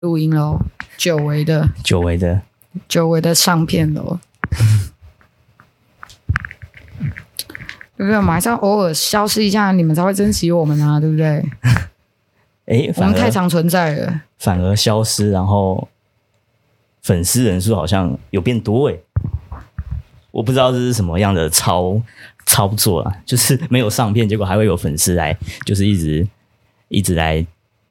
录音楼，久违的久违的，久违的上片 楼。对不对？我们还是要偶尔消失一下，你们才会珍惜我们啊，对不对？哎，我反们太而常存在了，反而消失，然后粉丝人数好像有变多哎、我不知道这是什么样的操操作啊，就是没有上片，结果还会有粉丝来，就是一直一直来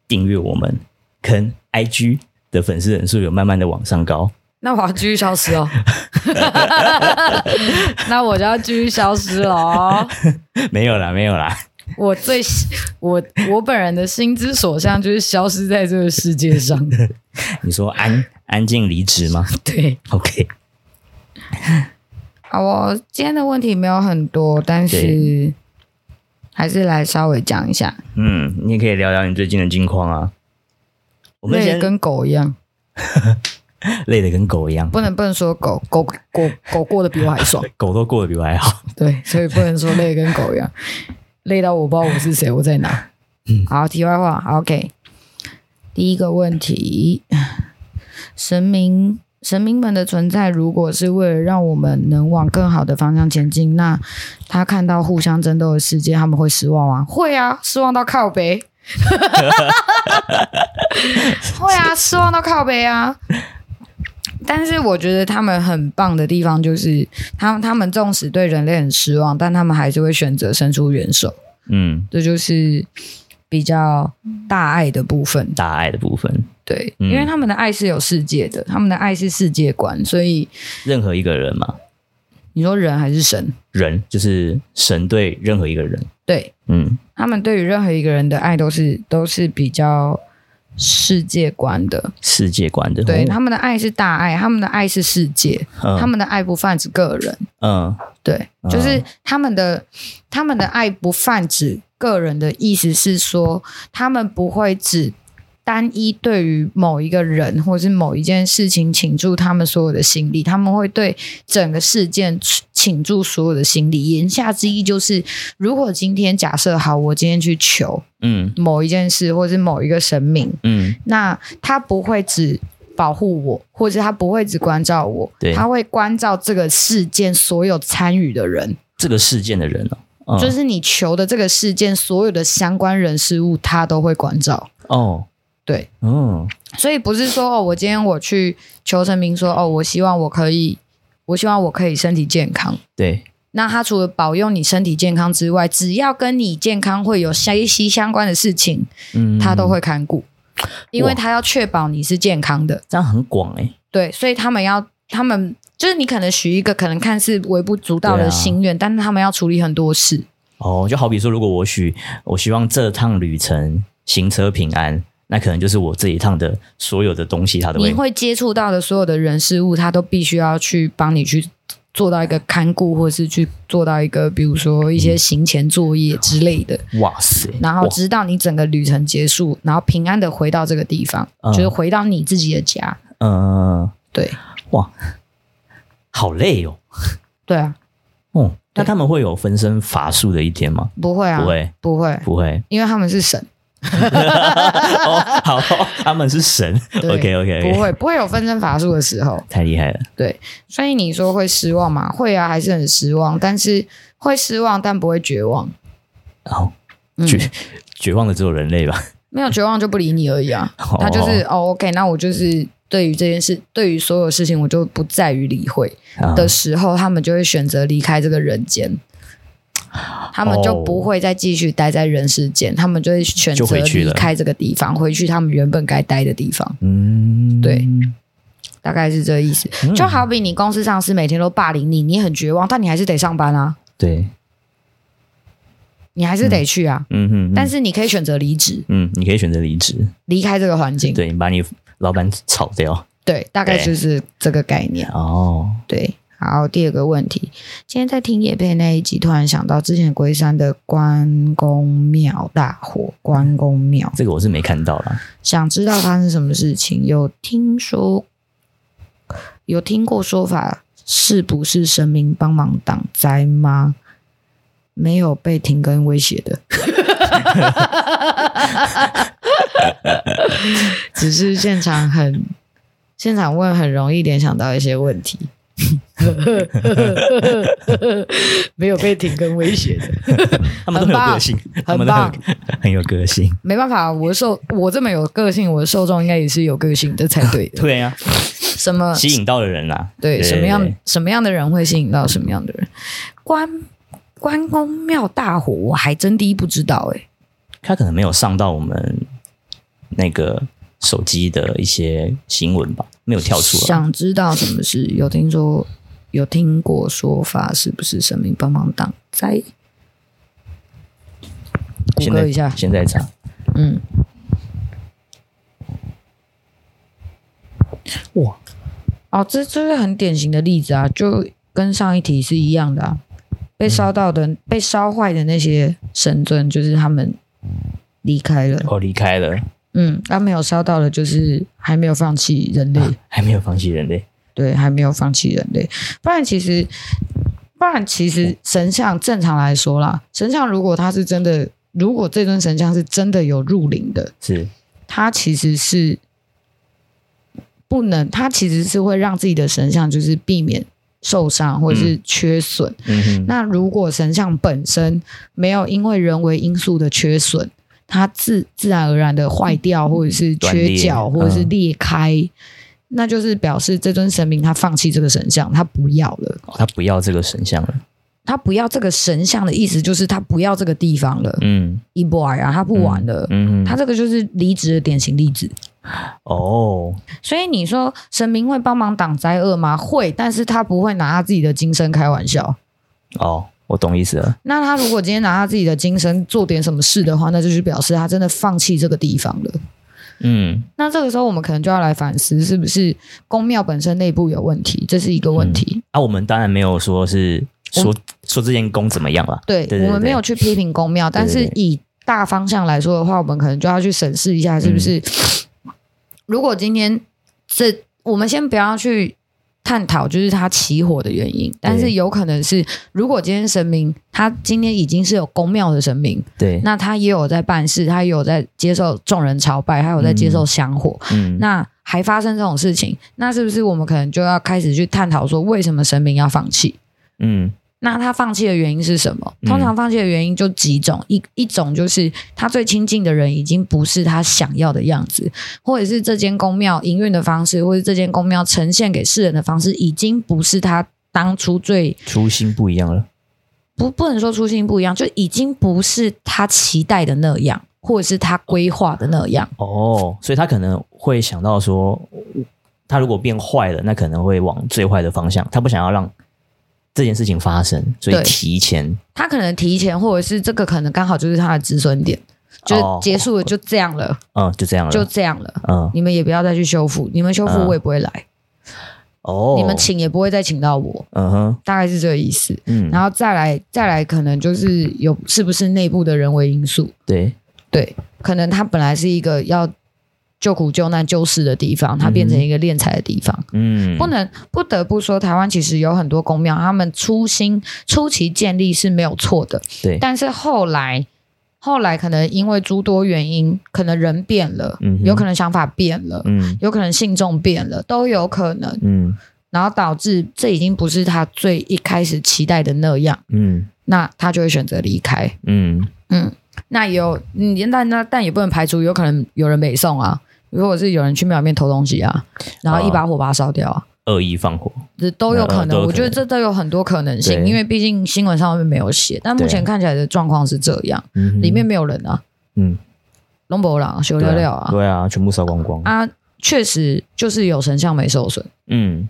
订阅我们，跟 IG 的粉丝人数有慢慢的往上高，那我要继续消失 哦。那我就要继续消失了哦。没有啦，没有啦，我最喜我我本人的心之所向就是消失在这个世界上。 你说安安静离职吗对， ？OK，啊，我今天的问题没有很多，但是对还是来稍微讲一下。嗯，你也可以聊聊你最近的近况啊。我们累先得跟狗一样，累得跟狗一样，不能不能说狗狗狗狗过得比我还爽，狗都过得比我还好。对，所以不能说累得跟狗一样，累到我不知道我是谁，我在哪。好，题外话好，OK。第一个问题，神明神明们的存在，如果是为了让我们能往更好的方向前进，那他看到互相争斗的世界，他们会失望吗？会啊，失望到靠背。 会啊，失望到靠背啊。但是我觉得他们很棒的地方就是，他们他们纵使对人类很失望，但他们还是会选择伸出援手，嗯，这就是比较大爱的部分。大爱的部分，对，嗯因为他们的爱是有世界的，他们的爱是世界观，所以任何一个人嘛，你说人还是神？人就是神对任何一个人，对嗯，他们对于任何一个人的爱都是都是比较世界观的。世界观的，对，哦他们的爱是大爱，他们的爱是世界，嗯他们的爱不泛指个人。嗯对，嗯就是他们的、他们的爱不泛指个人的意思是说，他们不会只单一对于某一个人或是某一件事情倾注他们所有的心力，他们会对整个事件倾注所有的心力。言下之意就是，如果今天假设好，我今天去求嗯某一件事或是某一个神明，嗯，那他不会只保护我，或者他不会只关照我对，他会关照这个事件所有参与的人，这个事件的人哦，嗯、就是你求的这个事件所有的相关人事物，他都会关照。哦，对，嗯所以不是说哦，我今天我去求神明说哦，我希望我可以，我希望我可以身体健康。对，那他除了保佑你身体健康之外，只要跟你健康会有息息相关的事情，嗯，他都会看顾，因为哇他要确保你是健康的。这样很广哎、对，所以他们要，他们就是你可能许一个可能看似微不足道的对啊心愿，但是他们要处理很多事。哦，就好比说，如果我许我希望这趟旅程行车平安，那可能就是我这一趟的所有的东西，他都你会会接触到的所有的人事物，他都必须要去帮你去做到一个看顾，或是去做到一个，比如说一些行前作业之类的。哇塞，然后嗯哇直到你整个旅程结束，然后平安的回到这个地方，嗯就是回到你自己的家。嗯、呃，对，好累哦，对啊，哦，那对他们会有分身乏术的一天吗？不会啊，不，会，不会，不会，因为他们是神，哦，好 哦他们是神。对 OK OK 不 OK，会，不会有分身乏术的时候。太厉害了。所以你说会失望吗？会啊，还是很失望，但是会失望，但不会绝望。然后嗯绝、绝望的只有人类吧？没有绝望就不理你而已啊。哦他就是哦，OK，那我就是对于这件事，对于所有事情，我就不在于理会啊的时候，他们就会选择离开这个人间。他们就哦不会再继续待在人世间，他们就会选择就回去离了开这个地方，回去他们原本该待的地方，嗯，对大概是这个意思。嗯就好比你公司上司每天都霸凌你，你很绝望，但你还是得上班啊，对，你还是得去啊。嗯哼，但是是你可以选择离职，嗯，你可以选择离职，离开这个环境。对你把你老板炒掉。对大概就是这个概念。哦，对，好，第二个问题，今天在听野配那一集，突然想到之前龟山的关公庙大火，关公庙，这个我是没看到啦。想知道发生什么事情，有听说，有听过说法，是不是神明帮忙挡灾吗？没有被停更威胁的， 只是现场很现场问，很容易联想到一些问题， 没有被停更威胁的，他们都很有个性，他们都很很 很有个性。没办法，我的受我这么有个性，我的受众应该也是有个性的才对的。对啊，什么 吸引到的人啦、啊对什么样什么样的人会吸引到什么样的人？关关公庙大火，我还真第一不知道哎、他可能没有上到我们那个手机的一些新闻吧，没有跳出来。想知道什么事？有听说有听过说法，是不是神明帮忙挡灾？谷现歌在一下，现在查，嗯，哇，哦，这这是很典型的例子啊，就跟上一题是一样的啊。嗯被烧到的、被烧坏的那些神尊，就是他们离开了。哦我离开了，嗯，他没有烧到的，就是还没有放弃人类。 还没有放弃人类。对，还没有放弃人类。不然其实，不然其实神像正常来说啦，神像如果它是真的，如果这尊神像是真的有入灵的，是，它其实是不能，它其实是会让自己的神像就是避免受伤或者是缺损。嗯哼，那如果神像本身没有因为人为因素的缺损，它自自然而然的坏掉，或者是断裂嗯缺角，或者是裂开，那就是表示这尊神明他放弃这个神像，他不要了。哦他不要这个神像了。他不要这个神像的意思就是他不要这个地方了，嗯伊布尔啊，他不玩了。嗯他哼，这个就是离职的典型例子，哦，所以你说神明会帮忙挡灾厄吗？会，但是他不会拿他自己的今生开玩笑。哦，我懂意思了。那他如果今天拿他自己的精神做点什么事的话，那就是表示他真的放弃这个地方了。嗯，那这个时候，我们可能就要来反思，是不是宫庙本身内部有问题？这是一个问题。啊，我们当然没有说是说说这间宫怎么样了。对对对我们没有去批评宫庙，但是对对以大方向来说的话，我们可能就要去审视一下，是不是？嗯如果今天这，我们先不要去探讨就是它起火的原因，但是有可能是，如果今天神明他今天已经是有宫庙的神明，对，那他也有在办事，他也有在接受众人朝拜，还有在接受香火。嗯，那还发生这种事情，那是不是我们可能就要开始去探讨说，为什么神明要放弃？嗯那他放弃的原因是什么？嗯通常放弃的原因就几种，一一种就是他最亲近的人已经不是他想要的样子，或者是这间宫庙营运的方式，或者是这间宫庙呈现给世人的方式，已经不是他当初最初心不一样了。不不能说初心不一样，就已经不是他期待的那样，或者是他规划的那样。哦，所以他可能会想到说，他如果变坏了，那可能会往最坏的方向。他不想要让这件事情发生，所以对提前他可能提前，或者是这个可能刚好就是他的止损点，就是哦结束了，就这样了，嗯，就这样了。就这样了。嗯你们也不要再去修复，你们修复嗯我也不会来，哦，你们请也不会再请到我，嗯哼大概是这个意思。嗯，然后再来，再来，可能就是有是不是内部的人为因素，对对，可能他本来是一个要救苦救难救世的地方，它变成一个敛财的地方，嗯不能不得不说，台湾其实有很多公庙，他们初心初期建立是没有错的，对但是后来后来可能因为诸多原因，可能人变了，嗯哼有可能想法变了，嗯有可能信众变了，都有可能，嗯然后导致这已经不是他最一开始期待的那样，嗯那他就会选择离开。嗯嗯，那也有你，但那但也不能排除有可能有人北送啊，如果是有人去庙里面偷东西啊，然后一把火把它烧掉啊。恶意放火，这都有可能，呃都有可能我觉得这都有很多可能性，对因为毕竟新闻上面没有写，但目前看起来的状况是这样，嗯哼里面没有人啊，嗯龙博朗、修六对啊六啊，对啊，全部烧光光，啊，确实就是有神像没受损，嗯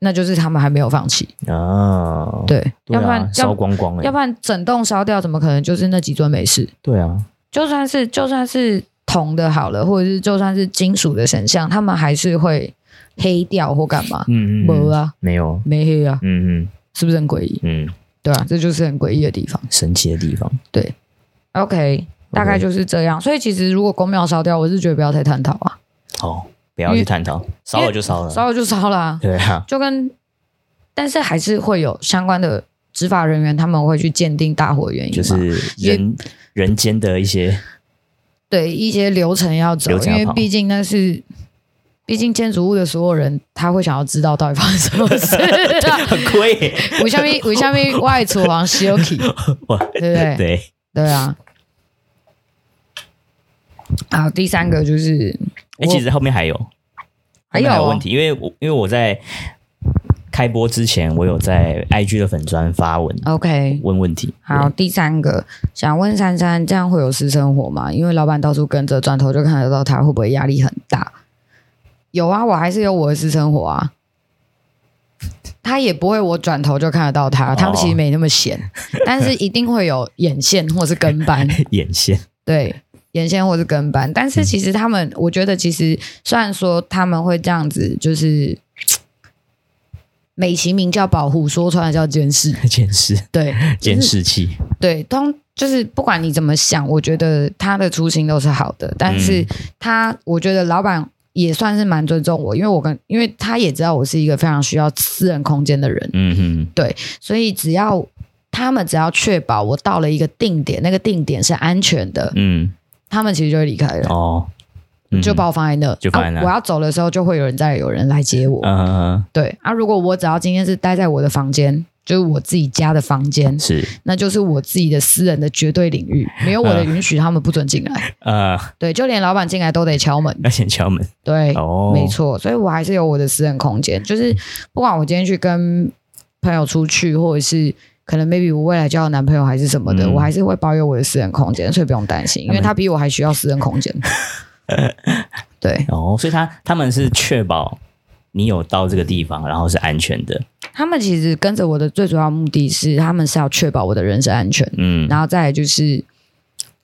那就是他们还没有放弃，啊，对，对要不啊，然烧要光光要哎，不然整栋烧掉，怎么可能就是那几尊没事？对啊，就算是就算是铜的好了，或者是就算是金属的神像，他们还是会黑掉或干嘛？嗯嗯，没嗯啊，没有，没黑啊，嗯嗯是不是很诡异？嗯，对啊，这就是很诡异的地方。神奇的地方， OK，大概就是这样。所以其实如果公庙烧掉，我是觉得不要太探讨啊，哦，不要因为去探讨，烧了就烧了，烧了就烧了啊、对啊，就跟但是还是会有相关的执法人员他们会去鉴定大火原因嘛，就是人人间的一些 对一些流程要走，流程因要为跑。毕竟那是。毕竟建筑物的所有人，他会想要知道到底发生什么事、啊 很亏耶，为什么为什么外厨房 s h 起？哇，对不对对，对啊。好，第三个就是我哎，其实后面还有，还有后面还哦有问题，因为我因为我在开播之前，我有在 IG 的粉砖发文 OK。问问题，哦好，第三个想问珊珊，这样会有私生活吗？因为老板到处跟着，转头就看得到他，会不会压力很大？有啊，我还是有我的私生活啊。他也不会，我转头就看得到哦他。他们其实没那么闲， 但是一定会有眼线或是跟班。对眼线， 对眼线或是跟班，但是其实他们，我觉得其实虽然说他们会这样子，就是美其名叫保护，说穿了叫监视，监视对 监视器，对，通就是不管你怎么想，我觉得他的初心都是好的，但嗯是他，我觉得老板。也算是蛮尊重我，因为我跟，因为他也知道我是一个非常需要私人空间的人，嗯哼，所以只要他们只要确保我到了一个定点，那个定点是安全的，嗯，他们其实就会离开了。哦，嗯就把我放在那，就放在那啊我要走的时候，就会有人再有人来接我。嗯嗯对啊，如果我只要今天是待在我的房间，就是我自己家的房间嗯，是那就是我自己的私人的绝对领域，没有我的嗯允许，他们不准进来。呃， 对，就连老板进来都得敲门。要先敲门对，哦，没错，所以我还是有我的私人空间，就是不管我今天去跟朋友出去，或者是。可能 maybe 我未来交的男朋友还是什么的，嗯我还是会保有我的私人空间，所以不用担心，因为他比我还需要私人空间。 对，哦，所以他他们是确保你有到这个地方，然后是安全的。他们其实跟着我的最主要目的是，他们是要确保我的人身安全，嗯，然后再来就是，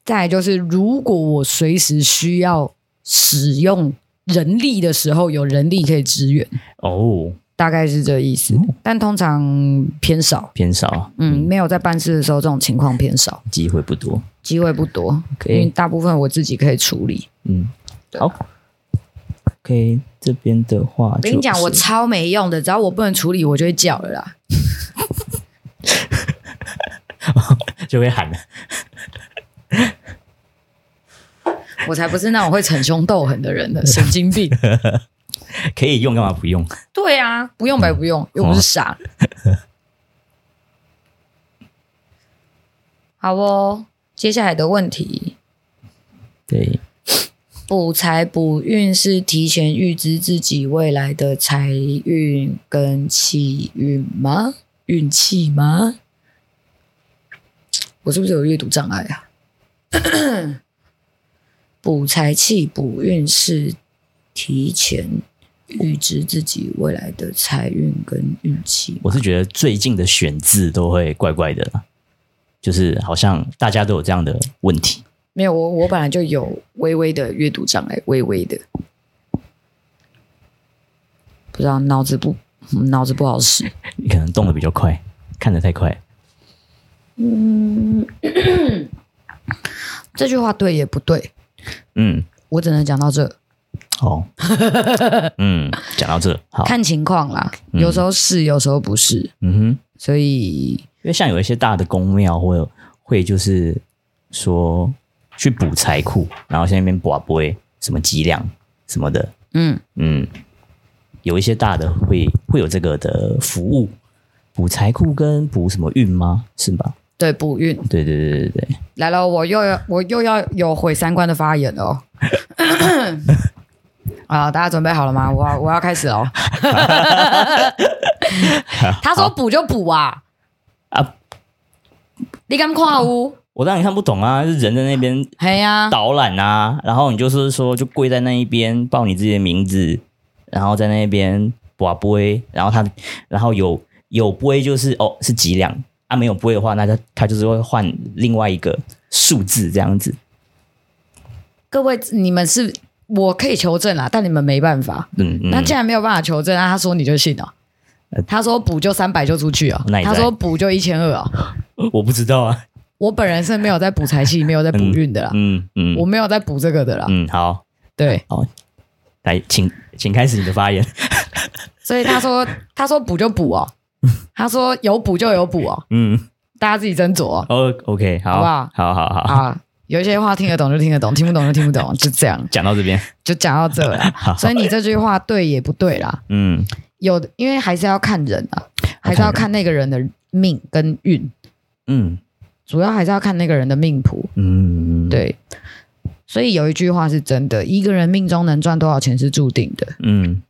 再来就是，如果我随时需要使用人力的时候，有人力可以支援，哦，大概是这意思。但通常偏少，偏少，嗯，没有在办事的时候，这种情况偏少，机会不多。机会不多，因 OK 为大部分我自己可以处理。嗯，对好。OK，这边的话我就跟是， 你讲，我超没用的，只要我不能处理，我就会叫了啦。就会喊了。我才不是那种会逞凶斗狠的人呢，神经病。可以用干嘛不用？对啊，不用白不用，又不是傻。好哦，接下来的问题，对，补财补运是提前预知自己未来的财运跟气运吗？运气吗？我是不是有阅读障碍啊？ 补财气补运是提前预知自己未来的财运跟运气吗我是觉得最近的选字都会怪怪的啦，就是好像大家都有这样的问题。没有，我我本来就有微微的阅读障碍，微微的，不知道脑子不嗯脑子不好使。你可能动得比较快，看得太快。这句话对也不对，嗯，我只能讲到这，哦，嗯，讲到这，好，看情况啦，有时候是，有时候不是，嗯哼。所以因为像有一些大的宫庙或者会就是说去补财库，然后在那边卜卜什么脊梁什么的，嗯，嗯，有一些大的会会有这个的服务，补财库跟补什么运吗？是吧？对补运对对对对对，来了，我又要我又要有毁三观的发言了 哦。啊，大家准备好了吗？我要我要开始 了哦。他说补就补啊，啊，嗯你敢跨屋？我当然看不懂啊，就是人在那边嘿呀、导览啊，然后你就是说就跪在那一边报你自己的名字，然后在那边卜杯，然后他然后有有杯就是哦是几两啊，没有杯的话，那他他就是会换另外一个数字这样子。各位，你们是我可以求证啦，但你们没办法。嗯嗯，那既然没有办法求证，那他说你就信了、呃他说补就三百就出去哦那，你在他说补就一千二哦。我不知道啊。我本人是没有在补财气，没有在补运的啦，嗯嗯我没有在补这个的啦。嗯，好，对，来，请请开始你的发言。所以他说他说补就补哦，他说有补就有补哦，嗯，大家自己斟酌哦。哦，OK，好，好不好好好好啊，有一些话听得懂就听得懂，听不懂就听不懂， 就这样，讲到这边，就讲到这了。 好，所以你这句话对也不对啦，嗯，有因为还是要看人啊，还是要看那个人的命跟运，嗯主要还是要看那个人的命谱。嗯，，对，所以有一句话是真的，一个人命中能赚多少钱是注定的。嗯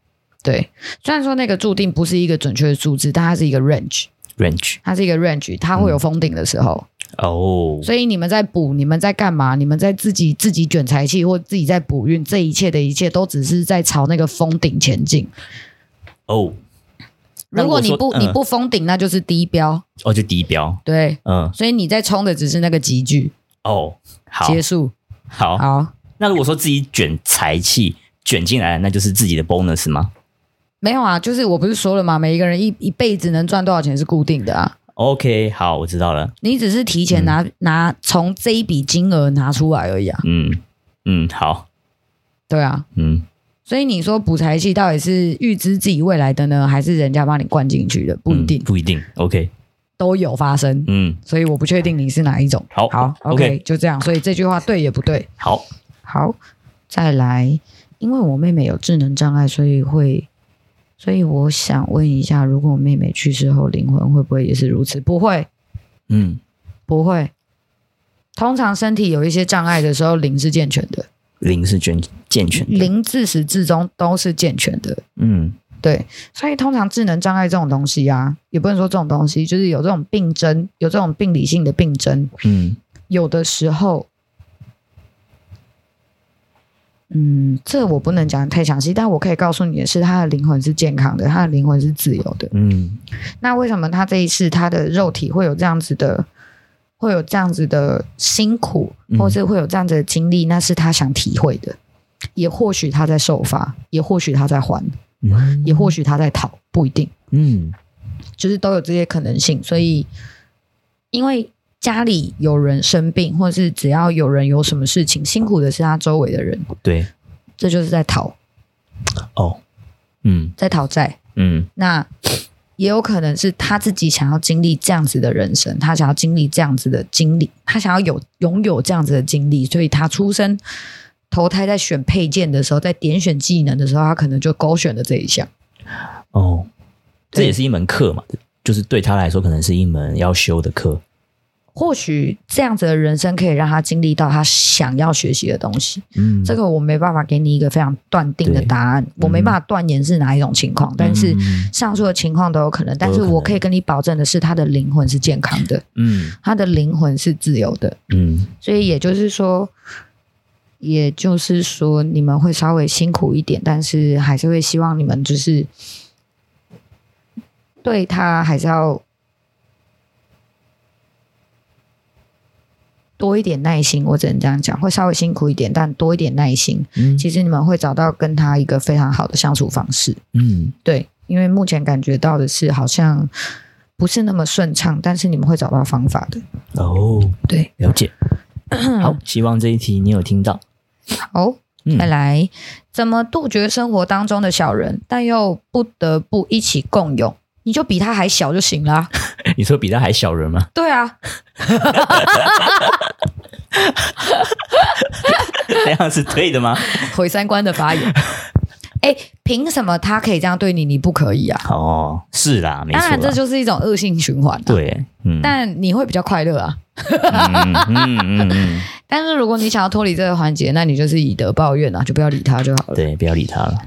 对，虽然说那个注定不是一个准确的数字，但它是一个 range， ，range，它是一个 range，它嗯会有封顶的时候。哦，所以你们在补，你们在干嘛？你们在自己自己卷财气，或自己在补运，这一切的一切都只是在朝那个封顶前进。哦，那如果我你说不、嗯你不封顶，那就是低标。哦，就低标，对，嗯，所以你在冲的只是那个集聚哦，好，结束。好，好，那如果说自己卷财气卷进来，那就是自己的 bonus 吗没有啊，就是我不是说了吗？每一个人一一辈子能赚多少钱是固定的啊。 ？OK，好，我知道了。你只是提嗯前拿、拿从这一笔金额拿出来而已啊，嗯嗯，好，对啊，嗯所以你说补财气到底是预知自己未来的呢，还是人家帮你灌进去的？不一定，嗯不一定。OK，都有发生，嗯，所以我不确定你是哪一种。好好 OK 就这样。所以这句话对也不对。好，好，再来，因为我妹妹有智能障碍，所以会，所以我想问一下，如果我妹妹去世后，灵魂会不会也是如此？不会，嗯，不会。通常身体有一些障碍的时候，灵是健全的。零是卷健全的，零自始至终都是健全的。嗯对，所以通常智能障碍这种东西啊，也不能说这种东西，就是有这种病症，有这种病理性的病症，嗯有的时候，嗯，这我不能讲得太详细，但我可以告诉你的是，他的灵魂是健康的，他的灵魂是自由的。嗯那为什么他这一世他的肉体会有这样子的，会有这样子的辛苦，嗯或是会有这样子的经历？那是他想体会的，也或许他在受罚，也或许他在还，嗯也或许他在逃，不一定，嗯就是都有这些可能性。所以，因为家里有人生病，或是只要有人有什么事情，辛苦的是他周围的人，对这就是在逃，哦，嗯在讨债。嗯那也有可能是他自己想要经历这样子的人生，他想要经历这样子的经历，他想要有拥有这样子的经历，所以他出生投胎在选配件的时候，在点选技能的时候，他可能就勾选了这一项。哦，这对也是一门课嘛，就是对他来说可能是一门要修的课。或许这样子的人生可以让他经历到他想要学习的东西。嗯，这个我没办法给你一个非常断定的对答案，我没办法断言是哪一种情况，但是嗯上述的情况都有可能。但是都有可能我可以跟你保证的是，他的灵魂是健康的，嗯他的灵魂是自由的。嗯所以也就是说，也就是说，你们会稍微辛苦一点，但是还是会希望你们就是对他还是要多一点耐心。我只能这样讲，会稍微辛苦一点，但多一点耐心，嗯其实你们会找到跟他一个非常好的相处方式。嗯对，因为目前感觉到的是好像不是那么顺畅，但是你们会找到方法的。哦，对，了解。嗯好，希望这一题你有听到。好。嗯再来，怎么杜绝生活当中的小人，但又不得不一起共用？你就比他还小就行啊啦。 你说比他还小人吗？ 对啊，这样是对的吗？毁三观的发 言。哎，凭什么他可以这样对你，你不可以啊？哦，是啦，没错当然，这啦，就是一种恶性循环、啊。，对，嗯，但你会比较快乐啊。嗯嗯嗯嗯嗯，但是如果你想要脱离这个环节，那你就是以德报怨啊，就不要理他就好了。对，不要理他了。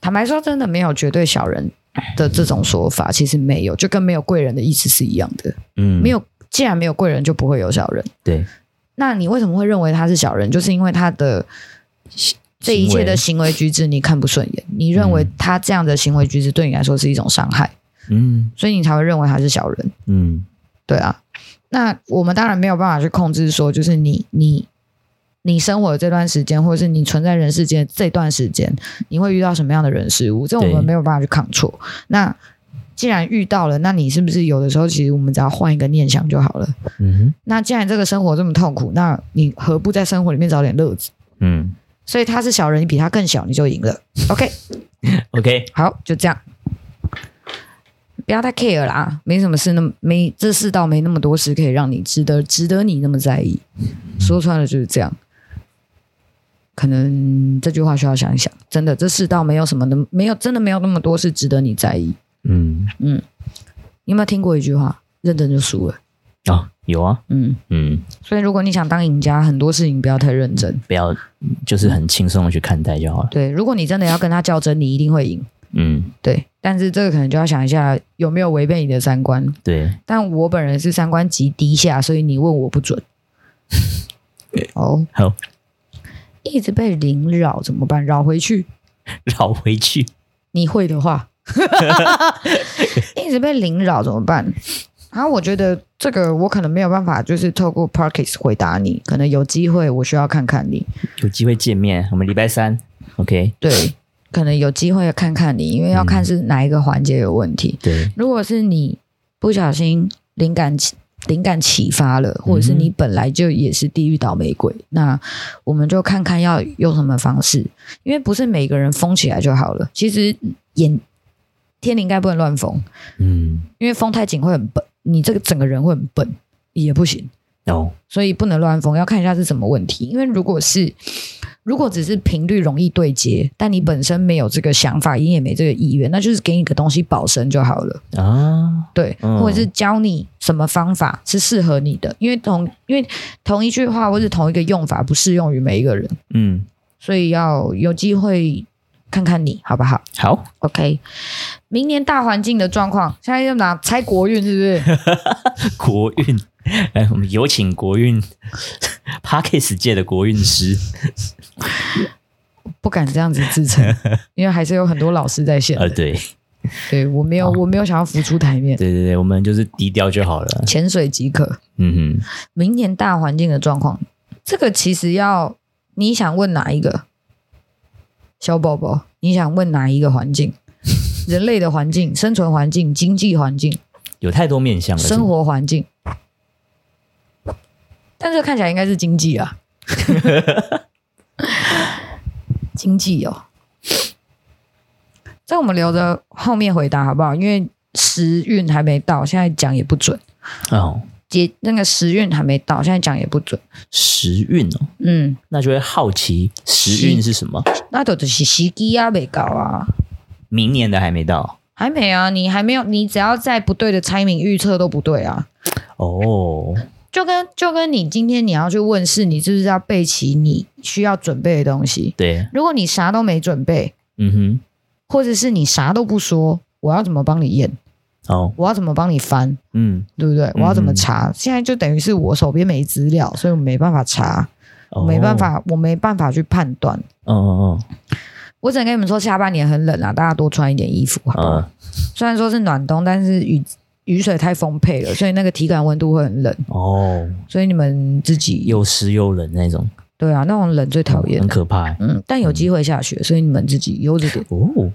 坦白说，真的没有绝对小人的这种说法，其实没有，就跟没有贵人的意思是一样的。嗯，没有，既然没有贵人，就不会有小人。对，那你为什么会认为他是小人？就是因为他的这一切的行为举止你看不顺眼，你认为他这样的行为举止对你来说是一种伤害，嗯所以你才会认为他是小人。嗯对啊，那我们当然没有办法去控制说，就是你你你生活的这段时间，或者是你存在人世间的这段时间，你会遇到什么样的人事物，这我对们没有办法去抗挫。那既然遇到了，那你是不是有的时候其实我们只要换一个念想就好了？嗯那既然这个生活这么痛苦，那你何不在生活里面找点乐子？哼嗯所以他是小人，你比他更小，你就赢了。OK， ，OK，好，就这样。不要太 care 啦，没什么事，那么没这世道没那么多事可以让你值得值得你那么在意。说穿了就是这样。可能这句话需要想一想，真的，这世道没有什么的，没有真的没有那么多事值得你在意。嗯，你有没有听过一句话？认真就输了。啊，有啊，嗯，嗯，所以如果你想当赢家，很多事情不要太认真。不要就是很轻松的去看待就好了。对，如果你真的要跟他较真，你一定会赢。嗯，对，但是这个可能就要想一下有没有违背你的三观。对，但我本人是三观极低下，所以你问我不准。哦，好，一直被凌扰怎么办？扰回去，绕回去。你会的话，一直被凌扰怎么办？然后我觉得这个我可能没有办法，就是透过 Parkes 回答你，可能有机会我需要看看你，有机会见面，我们礼拜三，OK？对，可能有机会看看你，因为要看是哪一个环节有问题。对，如果是你不小心灵感起灵感启发了，或者是你本来就也是地狱倒霉鬼，那我们就看看要用什么方式，因为不是每个人封起来就好了。其实眼天灵盖不能乱封，嗯，因为封太紧会很笨，你这个整个人会很笨，也不行。哦，所以不能乱封，要看一下是什么问题。因为如果是如果只是频率容易对接，但你本身没有这个想法，你也没这个意愿，那就是给你个东西保身就好了。啊，对，嗯或者是教你什么方法是适合你的，因为同因为同一句话或是同一个用法不适用于每一个人，嗯，所以要有机会看看你好不好好， ？OK，明年大环境的状况，现在要拿猜国运是 不是？ 国运， 来，哎我们有请国运 Parkes 界的国运 师，不敢这样子自称，因为还是有很多老师在线 呃，的。对，对我没有，我没有想要浮出台面，对对对，我们就是低调就好了，潜水即可。嗯哼，明年大环境的状况，这个其实要你想问哪一个小宝宝？你想问哪一个环境？人类的环境、生存环境、经济环境、有太多面向了，生活环境，但是看起来应该是经济啊，经济哦。这我们留着后面回答好不好？因为时运还没到，现在讲也不准。是不是哦，节那个时运还没到，现在讲也不准。时运哦，嗯，那就会好奇时运是什么？那都就是时机啊，没搞啊，明年的还没到还没啊，你还没有，你只要在不对的猜谜预测都不对啊。哦，就跟就跟你今天你要去问事，你是不是要备齐你需要准备的东西？对，如果你啥都没准备，嗯或者是你啥都不说，我要怎么帮你验？哼，哦，我要怎么帮你翻？嗯，对不对？我要怎么嗯查？现在就等于是我手边没资料，所以我没办法查，哦没办，法，我没办法去判断。嗯嗯我只能跟你们说，下半年很冷啊，大家多穿一点衣服，好不嗯，好？呃，虽然说是暖冬，但是雨雨水太丰沛了，所以那个体感温度会很冷。哦，所以你们自己又湿又冷那种，对啊，那种冷最讨厌很。可怕欸。嗯，但有机会下雪，所以你们自己悠着点。哦，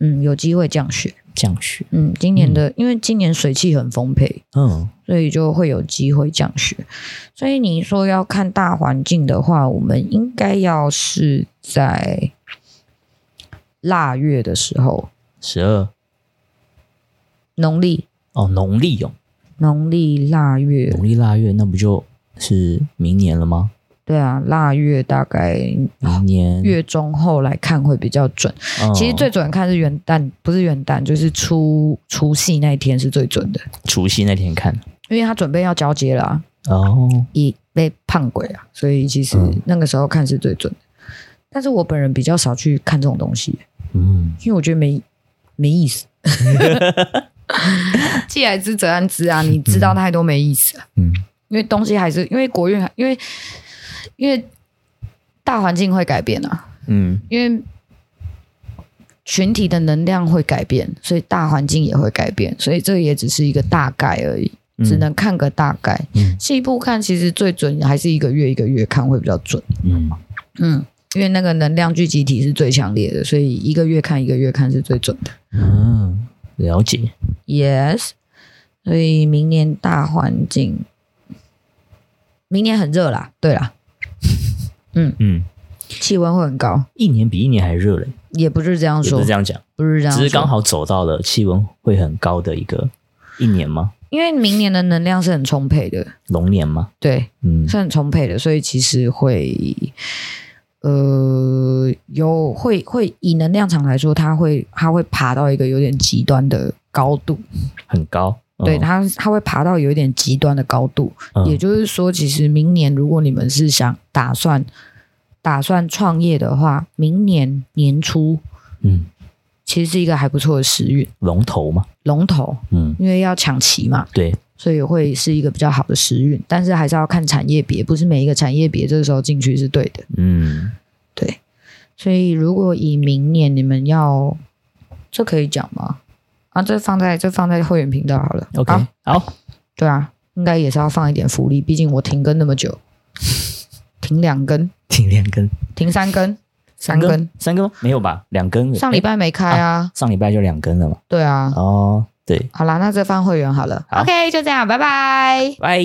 嗯，有机会降雪。降雪，嗯，今年的、因为今年水汽很丰沛，嗯，所以就会有机会降雪。所以你说要看大环境的话，我们应该要是在腊月的时候，十二农历哦，农历哦，农历腊月农历腊月，那不就是明年了吗？对啊，腊月大概明年，啊月中后来看会比较准。嗯其实最准看是元旦，不是元旦，就是初除夕那一天是最准的，除夕那天看因为他准备要交接了、啊，哦，已被判鬼啊，所以其实嗯那个时候看是最准的。但是我本人比较少去看这种东西，嗯，因为我觉得没没意思。既来之则安之啊，你知道太多没意思、啊。嗯，因为东西还是因为国运还，因为因为大环境会改变啊。嗯，因为群体的能量会改变，所以大环境也会改变，所以这也只是一个大概而已，嗯只能看个大概。嗯细部看其实最准还是一个月一个月看会比较准，嗯，嗯，因为那个能量聚集体是最强烈的，所以一个月看一个月看是最准的。嗯，了解， Yes，所以明年大环境，明年很热啦，对啦，嗯，气温会很高，一年比一年还热嘞，也不是这样也说，不是这样讲，不是这样只说，是刚好走到了气温会很高的一个一年吗？因为明年的能量是很充沛的，龙年吗？对，嗯，是很充沛的，所以其实会，呃，有会会以能量场来说，它会它会爬到一个有点极端的高度，很高。嗯对，它它会爬到有一点极端的高度。嗯也就是说，其实明年如果你们是想打算打算创业的话，明年年初嗯，其实是一个还不错的时运龙头嘛，龙头，嗯，因为要抢旗嘛，对，所以会是一个比较好的时运，但是还是要看产业别，不是每一个产业别这个时候进去是对的。嗯，对，所以如果以明年你们要，这可以讲吗？啊，这放在这放在会员频道好了。 OK，啊好，对啊，应该也是要放一点福利，毕竟我停更那么久， 停两更，停两根，停三更，三根更。，三根吗？没有吧？两根。上礼拜没开啊，上礼拜就两根了嘛。对啊。哦，对，好啦，那这放会员好了。好 OK，就这样，拜拜。拜。